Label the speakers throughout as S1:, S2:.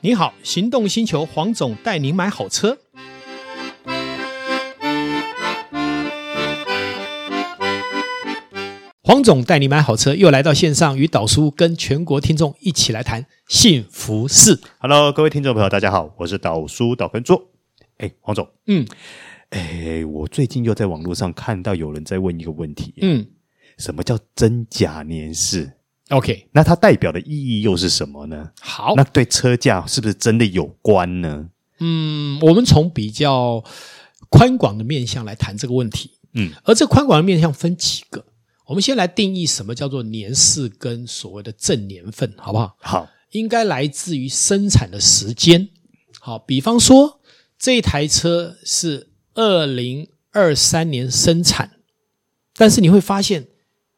S1: 你好，行动星球黄总带您买好车。黄总带你买好车，又来到线上与导叔跟全国听众一起来谈幸福事。
S2: Hello，各位听众朋友，大家好，我是导叔导根座。哎，黄总，
S1: 嗯
S2: 哎，我最近又在网络上看到有人在问一个问题，
S1: 嗯
S2: 什么叫真假年式？
S1: ，OK，
S2: 那它代表的意义又是什么呢？
S1: 好
S2: 那，对车价是不是真的有关呢？
S1: 嗯，我们从比较宽广的面向来谈这个问题。
S2: 嗯，
S1: 而这宽广的面向分几个，我们先来定义什么叫做年事跟所谓的正年份，好不好？
S2: 好，
S1: 应该来自于生产的时间。好，比方说这一台车是二零二三年生产，但是你会发现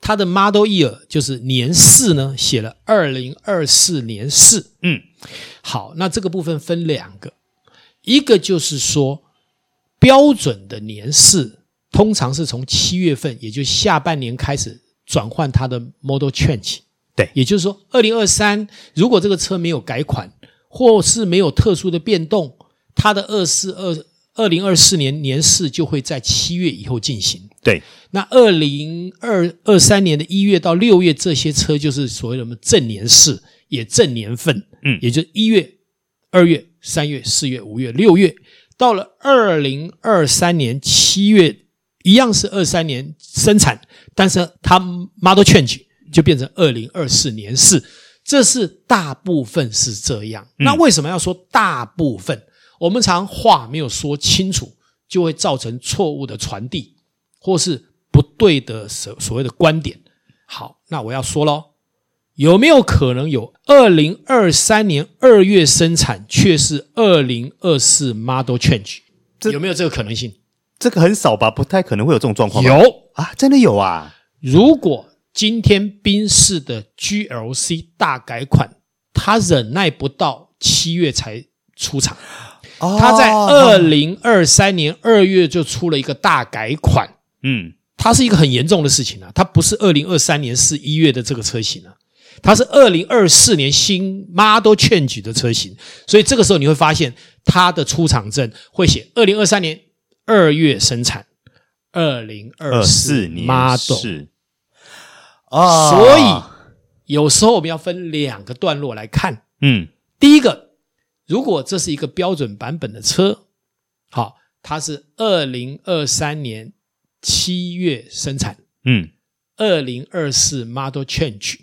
S1: 它的 Model Year 就是年式呢写了二零二四年式。
S2: 嗯，
S1: 好，那这个部分分两个，一个就是说标准的年式通常是从七月份，也就是下半年开始转换它的 model change。
S2: 对
S1: 也就是说，二零二三如果这个车没有改款，或是没有特殊的变动，它的二四二二零二四年年式就会在七月以后进行。
S2: 对，
S1: 那二零二二三年的一月到六月，这些车就是所谓的我们正年式，也正年份，
S2: 嗯
S1: 也就是一月、二月、三月、四月、五月、六月，到了二零二三年七月，一样是二三年生产，但是它 model change 就变成二零二四年式，这是大部分是这样。那为什么要说大部分？我们常话没有说清楚，就会造成错误的传递。或是不对的所所谓的观点。好，那我要说喽，有没有可能有二零二三年二月生产，却是二零二四 model change？
S2: 这
S1: 有没有这个可能性？
S2: 这个很少吧，不太可能会有这种状况吧。
S1: 有。
S2: 啊，真的有啊。
S1: 如果今天宾士的 GLC 大改款，它忍耐不到七月才出厂，
S2: 哦
S1: 它在二，零二三年二月就出了一个大改款。
S2: 嗯，
S1: 它是一个很严重的事情啊，它不是二零二三年四一月的这个车型啊，它是二零二四年新 Model Change 的车型，所以这个时候你会发现它的出厂证会写二零二三年二月生产，二零
S2: 二
S1: 二
S2: 四
S1: 四
S2: 年
S1: Model。
S2: 是啊，
S1: 所以有时候我们要分两个段落来看，
S2: 嗯，
S1: 第一个，如果这是一个标准版本的车，好，它是二零二三年七月生产。
S2: 嗯
S1: 二零二四 Model Change，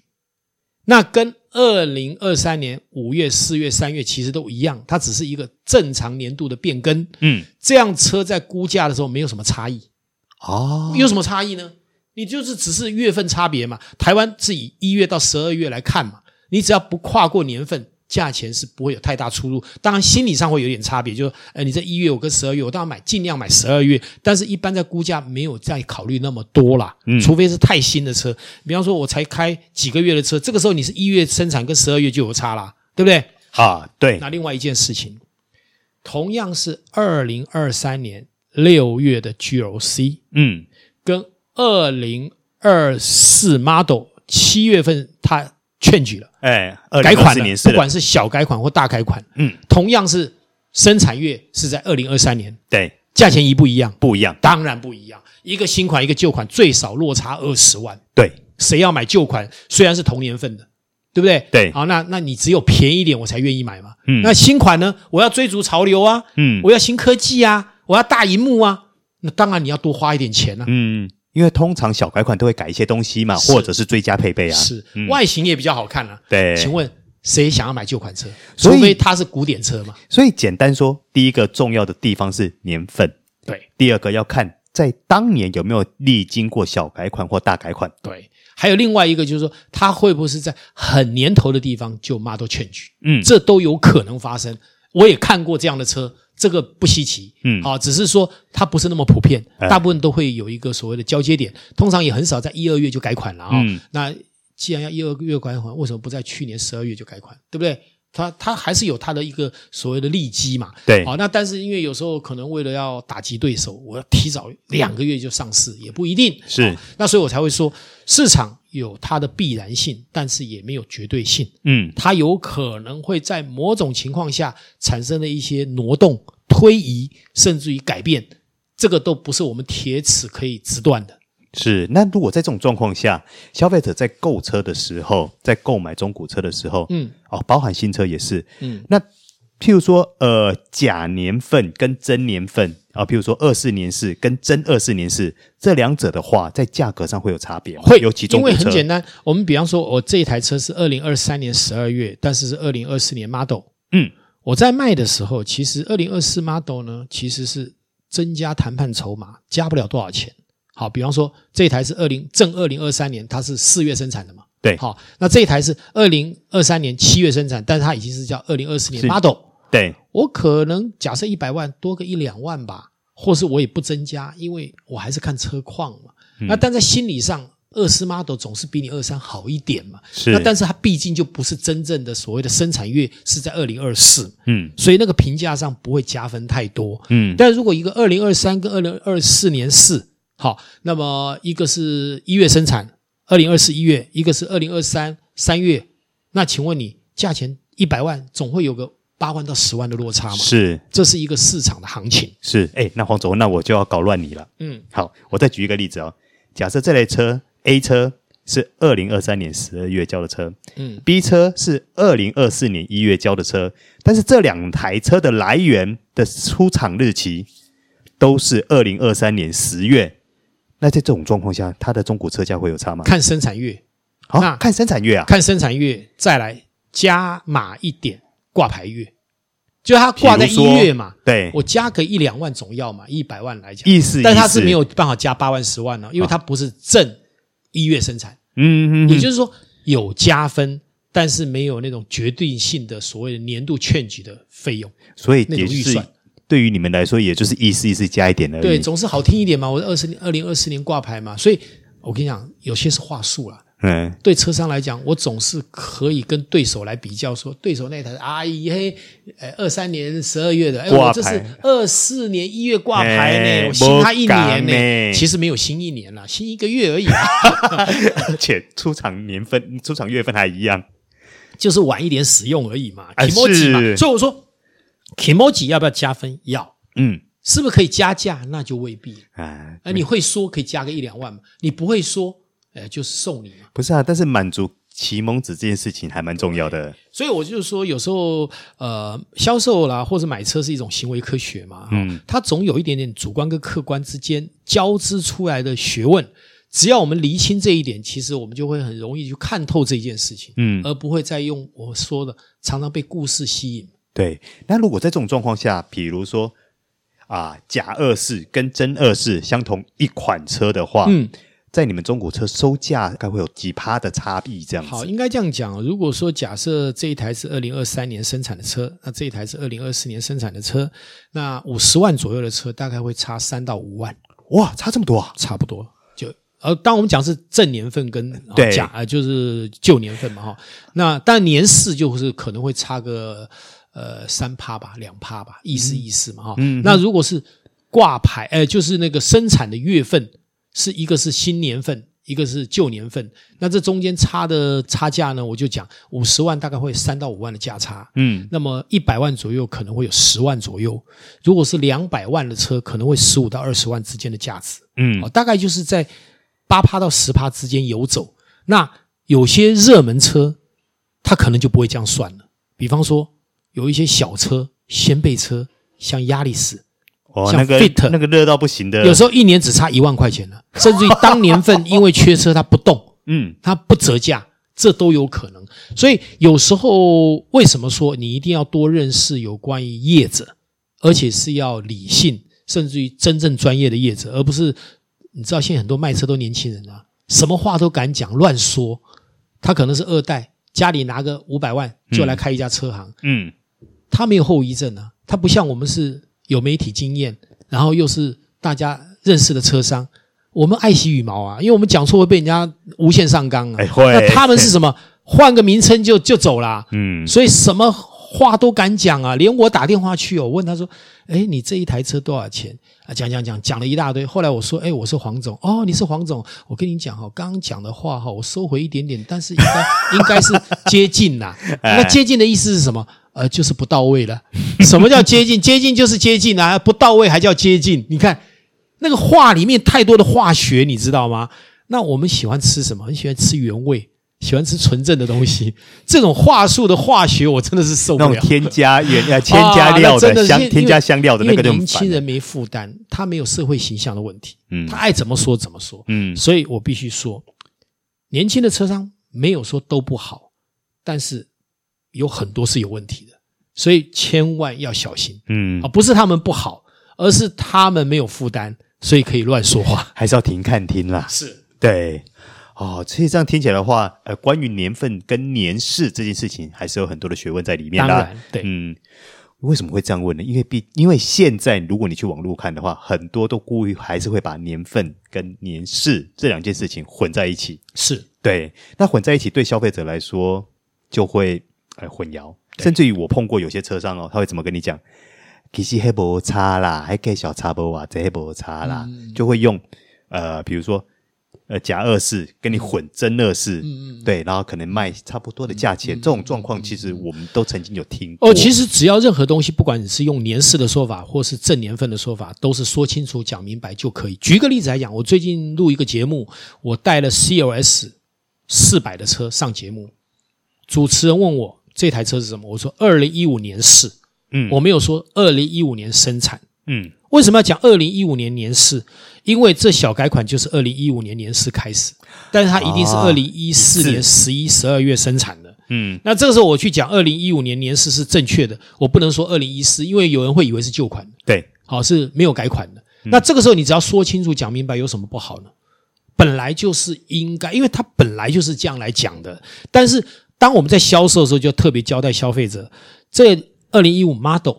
S1: 那跟二零二三年五月、四月、三月其实都一样，它只是一个正常年度的变更。
S2: 嗯，
S1: 这样车在估价的时候没有什么差异，
S2: 哦，
S1: 有什么差异呢？你就是只是月份差别嘛。台湾是以一月到十二月来看嘛，你只要不跨过年份，价钱是不会有太大出入。当然心理上会有点差别，就是呃，你这一月我跟十二月，我当然买尽量买十二月，但是一般在估价没有再考虑那么多啦。
S2: 嗯
S1: 除非是太新的车，比方说我才开几个月的车，这个时候你是一月生产跟十二月就有差啦，对不对？
S2: 啊，对，
S1: 那另外一件事情，同样是二零二三年六月的 GLC，
S2: 嗯
S1: 跟二零二四 model 七月份它劝举了
S2: 哎，二
S1: 改款了
S2: 年，是
S1: 不管是小改款或大改款，
S2: 嗯，
S1: 同样是生产月是在二零二三年，
S2: 对，
S1: 价钱一不一样？
S2: 不一样，
S1: 当然不一样，一个新款一个旧款最少落差二十万，
S2: 对，
S1: 谁要买旧款？虽然是同年份的。对不对？
S2: 对
S1: 好，那那你只有便宜一点，我才愿意买嘛。
S2: 嗯
S1: 那新款呢？我要追逐潮流啊，
S2: 嗯
S1: 我要新科技啊，我要大荧幕啊。那当然你要多花一点钱啊。
S2: 嗯，因为通常小改款都会改一些东西嘛，
S1: 是
S2: 或者是追加配备啊，
S1: 是、
S2: 嗯
S1: 外形也比较好看啊。
S2: 对
S1: 请问谁想要买旧款车？
S2: 所以
S1: 除非它是古典车嘛。
S2: 所以简单说，第一个重要的地方是年份，
S1: 对
S2: 第二个要看在当年有没有历经过小改款或大改款。
S1: 对，还有另外一个就是说，它会不会是在很年头的地方就 model change？
S2: 嗯
S1: 这都有可能发生。我也看过这样的车，这个不稀奇。
S2: 嗯
S1: 好、只是说它不是那么普遍，
S2: 哎
S1: 大部分都会有一个所谓的交接点，通常也很少在一二月就改款了啊、
S2: 嗯
S1: 那既然要一二月改款，为什么不在去年十二月就改款？对不对？它它还是有它的一个所谓的利基嘛。
S2: 对
S1: 好、那但是因为有时候可能为了要打击对手，我要提早两个月就上市也不一定。
S2: 是
S1: 好那所以我才会说市场有它的必然性，但是也没有绝对性，
S2: 嗯，
S1: 它有可能会在某种情况下产生了一些挪动、推移，甚至于改变，这个都不是我们铁齿可以直断的。
S2: 是。那如果在这种状况下，消费者在购车的时候，在购买中古车的时候，
S1: 嗯
S2: 哦，包含新车也是，
S1: 嗯，
S2: 那譬如说，呃，甲年份跟真年份啊、譬如说二四年式跟真二四年式这两者的话，在价格上会有差别吗，
S1: 会，
S2: 尤其中
S1: 因
S2: 古
S1: 为
S2: 车
S1: 很，简单，我们比方说，我这一台车是二零二三年十二月，但是是二零二四年 Model。
S2: 嗯，
S1: 我在卖的时候，其实二零二四 Model 呢，其实是增加谈判筹码，加不了多少钱。好，比方说这一台是二零正二零二三年，它是四月生产的嘛？
S2: 对
S1: 好，那这一台是二零二三年七月生产，但是它已经是叫二零二四年
S2: 是
S1: Model。
S2: 对，
S1: 我可能假设一百万多个一两万吧，或是我也不增加，因为我还是看车况嘛。那但在心理上，二四 model 总是比你二三好一点嘛。
S2: 是，
S1: 那但是它毕竟就不是真正的所谓的生产月是在二零二四，
S2: 嗯
S1: 所以那个评价上不会加分太多。
S2: 嗯，
S1: 但如果一个二零二三跟二零二四年四，好，那么一个是一月生产，二零二四一月，一个是二零二三三月，那请问你价钱一百万，总会有个八万到十万的落差嘛？
S2: 是
S1: 这是一个市场的行情。
S2: 是，哎、那黄总，那我就要搞乱你了。
S1: 嗯，
S2: 好，我再举一个例子哦。假设这类车 A 车是二零二三年十二月交的车，
S1: 嗯
S2: ，B 车是二零二四年一月交的车，但是这两台车的来源的出厂日期都是二零二三年十月。那在这种状况下，它的中古车价会有差吗？
S1: 看生产月，
S2: 好、
S1: 那
S2: 看生产月啊，
S1: 看生产月，再来加码一点挂牌月，就它挂在
S2: 比
S1: 一
S2: 如说
S1: 月嘛，
S2: 对，
S1: 我加个一两万总要嘛，一百万来讲，
S2: 意思，啊
S1: 但它
S2: 意思
S1: 是没，有办法加八万十万呢、哦因为它不是正一月生产，
S2: 嗯嗯，嗯
S1: 也就是说有加分，但是没有那种绝对性的所谓的年度劝举的费用。
S2: 所以
S1: 那
S2: 也
S1: 种
S2: 就
S1: 预
S2: 是
S1: 算
S2: 对于你们来说，也就是意思意思加一点而已。
S1: 对，总是好听一点嘛。我二十二零二四年挂牌嘛，所以我跟你讲，有些是话术啦。
S2: 嗯，
S1: 对车商来讲，我总是可以跟对手来比较说，对手那台阿姨嘿，呃，二三年十二月的，哎，
S2: 挂牌
S1: 我这是二四年一月挂牌
S2: 哎
S1: 呢，我新他一年
S2: 不敢呢
S1: 呢，其实没有新一年啦，新一个月而已啦，
S2: 而且出厂年份、出厂月份还一样。
S1: 就是晚一点使用而已嘛
S2: 哎
S1: k i m o j i
S2: 是
S1: 嘛，所以我说 k i m o j i 要不要加分？要，
S2: 嗯
S1: 是不是可以加价？那就未必。
S2: 啊，
S1: 哎，你会说可以加个一两万嘛？你不会说，哎，就是送你嘛。
S2: 不是啊，但是满足启蒙子这件事情还蛮重要的。
S1: 所以我就是说，有时候呃，销售啦，或者买车是一种行为科学嘛，
S2: 嗯
S1: 嗯，它总有一点点主观跟客观之间交织出来的学问。只要我们厘清这一点，其实我们就会很容易去看透这件事情，
S2: 嗯，
S1: 而不会再用我说的常常被故事吸引。
S2: 对。那如果在这种状况下，比如说啊，甲二世跟真二世相同一款车的话，
S1: 嗯，
S2: 在你们中古车收价该会有几趴的差异这样
S1: 好，
S2: 子。
S1: 应该这样讲。啊如果说假设这一台是二零二三年生产的车，那这一台是二零二四年生产的车，那五十万左右的车大概会差三到五万。
S2: 哇，差这么多啊！
S1: 差不多就。呃，当我们讲是正年份跟呃
S2: 对
S1: 假呃就是旧年份嘛哈，那但年事就是可能会差个呃三趴吧，两趴吧，意思意思嘛哈。
S2: 嗯
S1: 那如果是挂牌，呃，就是那个生产的月份是一个是新年份，一个是旧年份，那这中间差的差价呢，我就讲五十万大概会三到五万的价差，
S2: 嗯，
S1: 那么一百万左右可能会有十万左右，如果是两百万的车，可能会十五到二十万之间的价值，
S2: 嗯
S1: 哦，大概就是在八趴到十趴之间游走。那有些热门车，它可能就不会这样算了。比方说，有一些小车、掀背车，像亚力士，
S2: 哦，
S1: 像
S2: 那个
S1: Fit
S2: 那个热到不行的，
S1: 有时候一年只差一万块钱了，甚至于当年份因为缺车它不动，
S2: 嗯
S1: 它不折价，这都有可能。所以有时候为什么说你一定要多认识有关于业者，而且是要理性，甚至于真正专业的业者，而不是你知道现在很多卖车都年轻人啊，什么话都敢讲，乱说。他可能是二代，家里拿个五百万就来开一家车行，
S2: 嗯，
S1: 他没有后遗症啊，他不像我们是有媒体经验，然后又是大家认识的车商，我们爱惜羽毛啊，因为我们讲错会被人家无限上纲啊。
S2: 哎会
S1: 那他们是什么？换个名称就就走啦。
S2: 嗯，
S1: 所以什么话都敢讲啊，连我打电话去哦，我问他说：“哎，你这一台车多少钱？”啊，讲讲讲讲了一大堆。后来我说：“哎，我是黄总。”哦，你是黄总，我跟你讲哈、哦，刚刚讲的话哈、哦，我收回一点点，但是应该应该是接近啦。那接近的意思是什么？呃，就是不到位了。什么叫接近？接近就是接近啊，不到位还叫接近？你看那个话里面太多的化学，你知道吗？那我们喜欢吃什么？很喜欢吃原味，喜欢吃纯正的东西。 这种话术的化学，我真的是受
S2: 那
S1: 不
S2: 种
S1: 了。
S2: 添加原 呃添加料
S1: 啊那真的是
S2: 香
S1: 因为
S2: 添加香料的那
S1: 因
S2: 个就
S1: 为
S2: 很
S1: 年
S2: 烦
S1: 轻。人没负担，他没有社会形象的问题，
S2: 嗯
S1: 他爱怎么说怎么说。
S2: 嗯
S1: 所以我必须说，年轻的车商没有说都不好，但是有很多是有问题的，所以千万要小心
S2: 嗯
S1: 啊！，不是他们不好，而是他们没有负担，所以可以乱说 话。
S2: 还是要停看听啦。
S1: 是，
S2: 对，哦，所以这样听起来的话，呃，关于年份跟年事这件事情，还是有很多的学问在里面
S1: 当
S2: 啦。
S1: 然对。
S2: 嗯，为什么会这样问呢？因为毕因为现在如果你去网络看的话，很多都故意还是会把年份跟年事这两件事情混在一起。
S1: 是
S2: 对，那混在一起对消费者来说就会呃混淆，甚至于我碰过有些车商哦，他会怎么跟你讲？其实黑不差啦，还给小差不啊，这黑不差啦，
S1: 嗯
S2: 就会用呃，比如说呃假二四跟你混真二四，嗯嗯对，然后可能卖差不多的价
S1: 嗯
S2: 钱，这种状况其实我们都曾经有听过。
S1: 哦，其实只要任何东西，不管你是用年式的说法，或是正年份的说法，都是说清楚、讲明白就可以。举一个例子来讲，我最近录一个节目，我带了 CLS 四百的车上节目，主持人问我这台车是什么，我说二零一五年式，
S2: 嗯
S1: 我没有说二零一五年生产。
S2: 嗯
S1: 为什么要讲二零一五年年式？因为这小改款就是二零一五年年式开始，但是它一定是
S2: 啊
S1: 二零一四年十一、十二月生产的。
S2: 嗯
S1: 那这个时候我去讲二零一五年年式是正确的，我不能说二零一四，因为有人会以为是旧款的，
S2: 对，
S1: 好是没有改款的。
S2: 嗯
S1: 那这个时候你只要说清楚、讲明白，有什么不好呢？本来就是应该，因为它本来就是这样来讲的。但是当我们在销售的时候，就特别交代消费者，这二零一五 model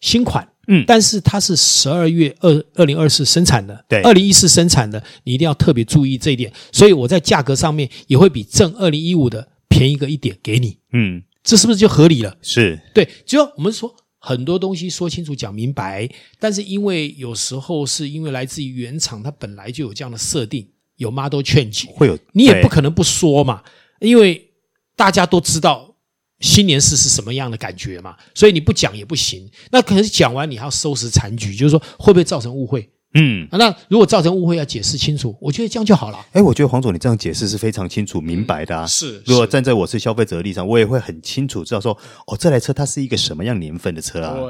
S1: 新款，
S2: 嗯
S1: 但是它是十二月二二零二四生产的，
S2: 对
S1: 二零一四生产的，你一定要特别注意这一点。所以我在价格上面也会比正二零一五的便宜个一点给你。
S2: 嗯
S1: 这是不是就合理了？
S2: 是，
S1: 对，只要我们说很多东西说清楚、讲明白，但是因为有时候是因为来自于原厂，它本来就有这样的设定，有 model change，
S2: 会有
S1: 你也
S2: 对
S1: 不可能不说嘛，因为大家都知道新年是是什么样的感觉嘛，所以你不讲也不行。那可是讲完你还要收拾残局，就是说会不会造成误会？
S2: 嗯。
S1: 啊那如果造成误会，要解释清楚，我觉得这样就好了。
S2: 哎，我觉得黄总你这样解释是非常清楚明白的啊。
S1: 是
S2: 如果站在我是消费者的立场，我也会很清楚知道说，哦，这台车它是一个什么样年份的车啊？
S1: 对，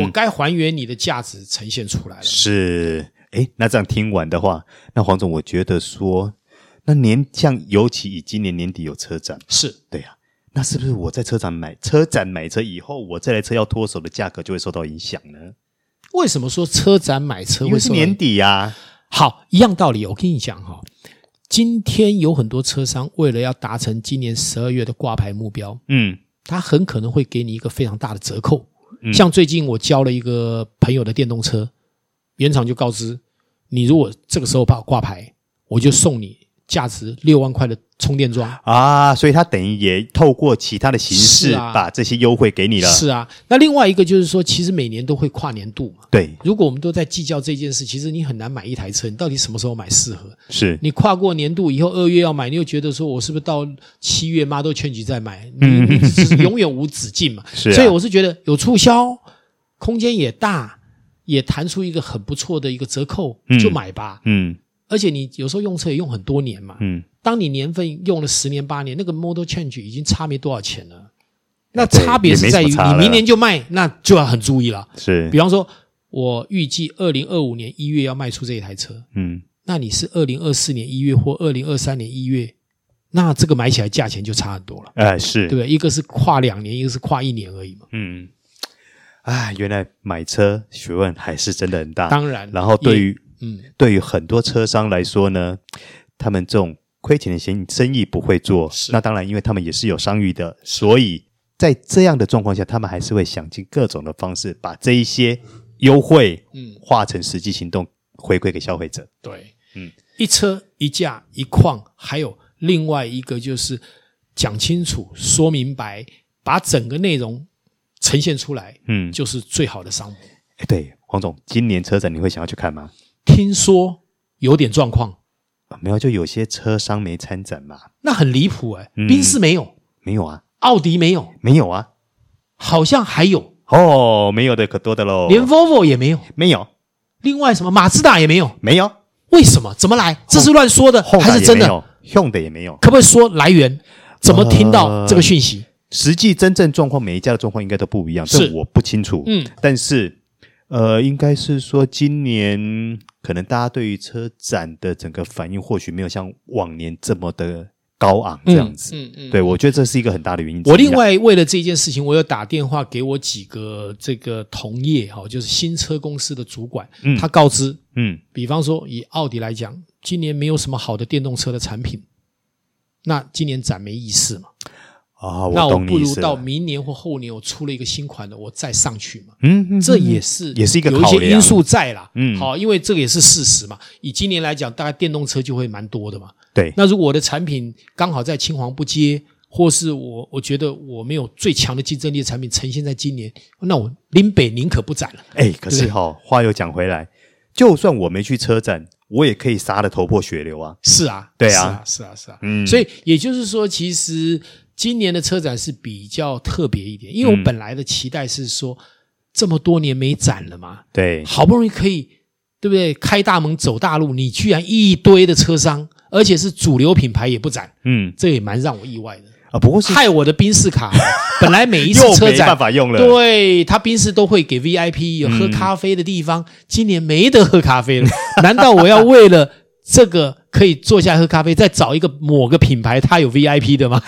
S1: 我
S2: 嗯，
S1: 该还原你的价值呈现出来了。
S2: 是。哎，那这样听完的话，那黄总，我觉得说，那年像尤其以今年年底有车展，
S1: 是
S2: 对呀、那是不是我在车展买车展买车以后，我这台车要脱手的价格就会受到影响呢？
S1: 为什么说车展买车
S2: 因
S1: 会
S2: 为是
S1: 受到
S2: 年底呀、啊
S1: 好一样道理？我跟你讲哈、今天有很多车商为了要达成今年十二月的挂牌目标，
S2: 嗯
S1: 他很可能会给你一个非常大的折扣。像最近我交了一个朋友的电动车，原厂就告知你，如果这个时候把我挂牌，我就送你价值六万块的充电桩。
S2: 啊，所以他等于也透过其他的形
S1: 是
S2: 式
S1: 啊
S2: 把这些优惠给你了。
S1: 是啊，那另外一个就是说，其实每年都会跨年度嘛。
S2: 对，
S1: 如果我们都在计较这件事，其实你很难买一台车，你到底什么时候买适合？
S2: 是
S1: 你跨过年度以后，二月要买，你又觉得说我是不是到七月妈都劝局再买？你你是永远无止境 嘛。
S2: 嗯是啊
S1: 所以我是觉得有促销，空间也大，也弹出一个很不错的一个折扣，
S2: 嗯
S1: 就买吧。
S2: 嗯
S1: 而且你有时候用车也用很多年嘛，
S2: 嗯，
S1: 当你年份用了十年八年，那个 model change 已经差没多少钱了。那
S2: 对
S1: 差别是在于
S2: 也没什么差
S1: 你
S2: 了
S1: 明年就卖，那就要很注意了。
S2: 是
S1: 比方说，我预计二零二五年一月要卖出这一台车，
S2: 嗯
S1: 那你是二零二四年一月或二零二三年一月，那这个买起来价钱就差很多了，
S2: 呃是
S1: 对不对？一个是跨两年，一个是跨一年而已嘛。
S2: 嗯，哎，原来买车学问还是真的很大。
S1: 当然，
S2: 啊然后对
S1: 也
S2: 于
S1: 嗯
S2: 对于很多车商来说呢，他们这种亏钱的生意生意不会做，
S1: 是
S2: 那当然，因为他们也是有商誉的，所以在这样的状况下，他们还是会想尽各种的方式，把这一些优惠
S1: 嗯
S2: 化成实际行动回馈给消费者。
S1: 对，
S2: 嗯
S1: 一车一架一矿，还有另外一个就是讲清楚、说明白，把整个内容呈现出来，
S2: 嗯，
S1: 就是最好的商模。
S2: 哎对，黄总，今年车展你会想要去看吗？
S1: 听说有点状况，
S2: 啊没有，就有些车商没参展嘛。
S1: 那很离谱哎、
S2: 嗯
S1: 宾士没有，
S2: 没有啊，
S1: 奥迪没有，
S2: 没有啊，
S1: 好像还有，
S2: 哦，没有的可多的喽。
S1: 连 Volvo 也没有，
S2: 没有，
S1: 另外什么马自达也没有，
S2: 没有，
S1: 为什么？怎么来？这是乱说的
S2: 哦后
S1: 还是真的？
S2: 用的也没有。
S1: 可不可以说来源？怎么听到
S2: 呃
S1: 这个讯息？
S2: 实际真正状况，每一家的状况应该都不一样，
S1: 是
S2: 这我不清楚。
S1: 嗯，
S2: 但是呃，应该是说今年可能大家对于车展的整个反应，或许没有像往年这么的高昂这样子。
S1: 嗯嗯。
S2: 对，我觉得这是一个很大的原因之一啊。
S1: 我另外为了这件事情，我有打电话给我几个这个同业哈，就是新车公司的主管，
S2: 嗯
S1: 他告知，
S2: 嗯，
S1: 比方说以奥迪来讲，今年没有什么好的电动车的产品，那今年展没意思嘛？
S2: 啊，
S1: 那我
S2: 懂你
S1: 不
S2: 意
S1: 如
S2: 思
S1: 到
S2: 了。
S1: 明年或后年我出了一个新款的，我再上去嘛。
S2: 嗯，嗯
S1: 这
S2: 嗯
S1: 也是
S2: 也是一个
S1: 有一
S2: 考
S1: 些
S2: 量
S1: 因素在啦，
S2: 嗯
S1: 好，因为这个也是事实嘛。以今年来讲，大概电动车就会蛮多的嘛。
S2: 对，
S1: 那如果我的产品刚好在青黄不接，或是我我觉得我没有最强的竞争力的产品呈现在今年，那我林北宁可不展了。
S2: 哎、可是哈、话又讲回来，就算我没去车展，我也可以杀的头破血流啊。
S1: 是啊，
S2: 对
S1: 啊
S2: 啊，
S1: 是啊，是啊。
S2: 嗯
S1: 所以也就是说，其实今年的车展是比较特别一点，因为我
S2: 嗯
S1: 本来的期待是说，这么多年没展了嘛，
S2: 对，
S1: 好不容易可以，对不对？开大门走大路，你居然一堆的车商，而且是主流品牌也不展，
S2: 嗯
S1: 这也蛮让我意外的。
S2: 啊，不过是
S1: 害我的宾士 卡，本来每一次
S2: 又
S1: 车
S2: 没办
S1: 展，
S2: 法用了。嗯
S1: 对他宾士都会给 VIP 有喝咖啡的地方，今年没得喝咖啡了。 难道我要为了这个可以坐下来喝咖啡，再找一个某个品牌它有 VIP 的吗？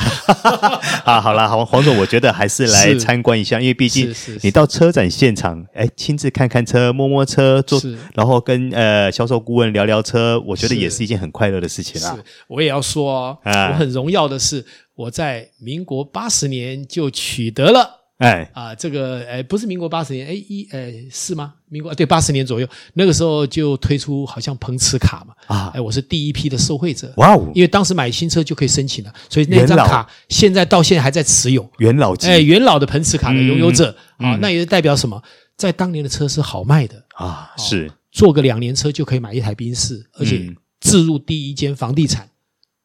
S2: 啊，好啦，黄黄总，我觉得还是来
S1: 是
S2: 参观一下，因为毕竟
S1: 是是是
S2: 你到车展现场，哎，亲自看看车，摸摸车，坐
S1: 是，
S2: 然后跟呃销售顾问聊聊车，我觉得也
S1: 是
S2: 是一件很快乐的事情啊
S1: 是
S2: 啦。
S1: 我也要说哦，
S2: 啊
S1: 我很荣耀的是，我在民国八十年就取得了。
S2: 哎，
S1: 啊、这个呃不是民国八十年，哎一呃是吗？民国啊对八十年左右，那个时候就推出好像鹏驰卡嘛，
S2: 啊
S1: 哎我是第一批的受惠者，
S2: 哇哦，
S1: 因为当时买新车就可以申请了，所以那张
S2: 元老
S1: 卡现在到现在还在持有。
S2: 元老级、
S1: 哎，元老的鹏驰卡的拥有者
S2: 嗯
S1: 啊，
S2: 嗯
S1: 那也代表什么？在当年的车是好卖的，
S2: 啊，是
S1: 做个两年车就可以买一台宾士，而且
S2: 嗯
S1: 置入第一间房地产。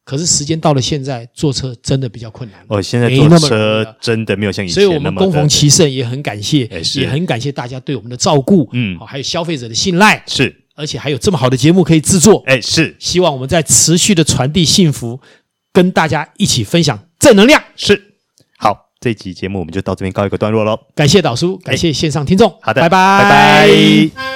S1: 可是时间到了现在，做车真的比较困难了。
S2: 哦，现在
S1: 没
S2: 坐
S1: 那么容易了
S2: 车真的没有像以
S1: 啊所以我
S2: 前那
S1: 们
S2: 么
S1: 攻
S2: 的
S1: 逢其盛，也很感谢
S2: 哎，是
S1: 也很感谢大家对我们的照顾，
S2: 嗯
S1: 好还有消费者的信赖，
S2: 是，
S1: 而且还有这么好的节目可以制作，
S2: 哎是
S1: 希望我们在持续的传递幸福，跟大家一起分享正能量。
S2: 是，好，这集节目我们就到这边告一个段落喽。
S1: 感谢导叔，感谢线上听众，
S2: 好的，
S1: 拜
S2: 哎拜拜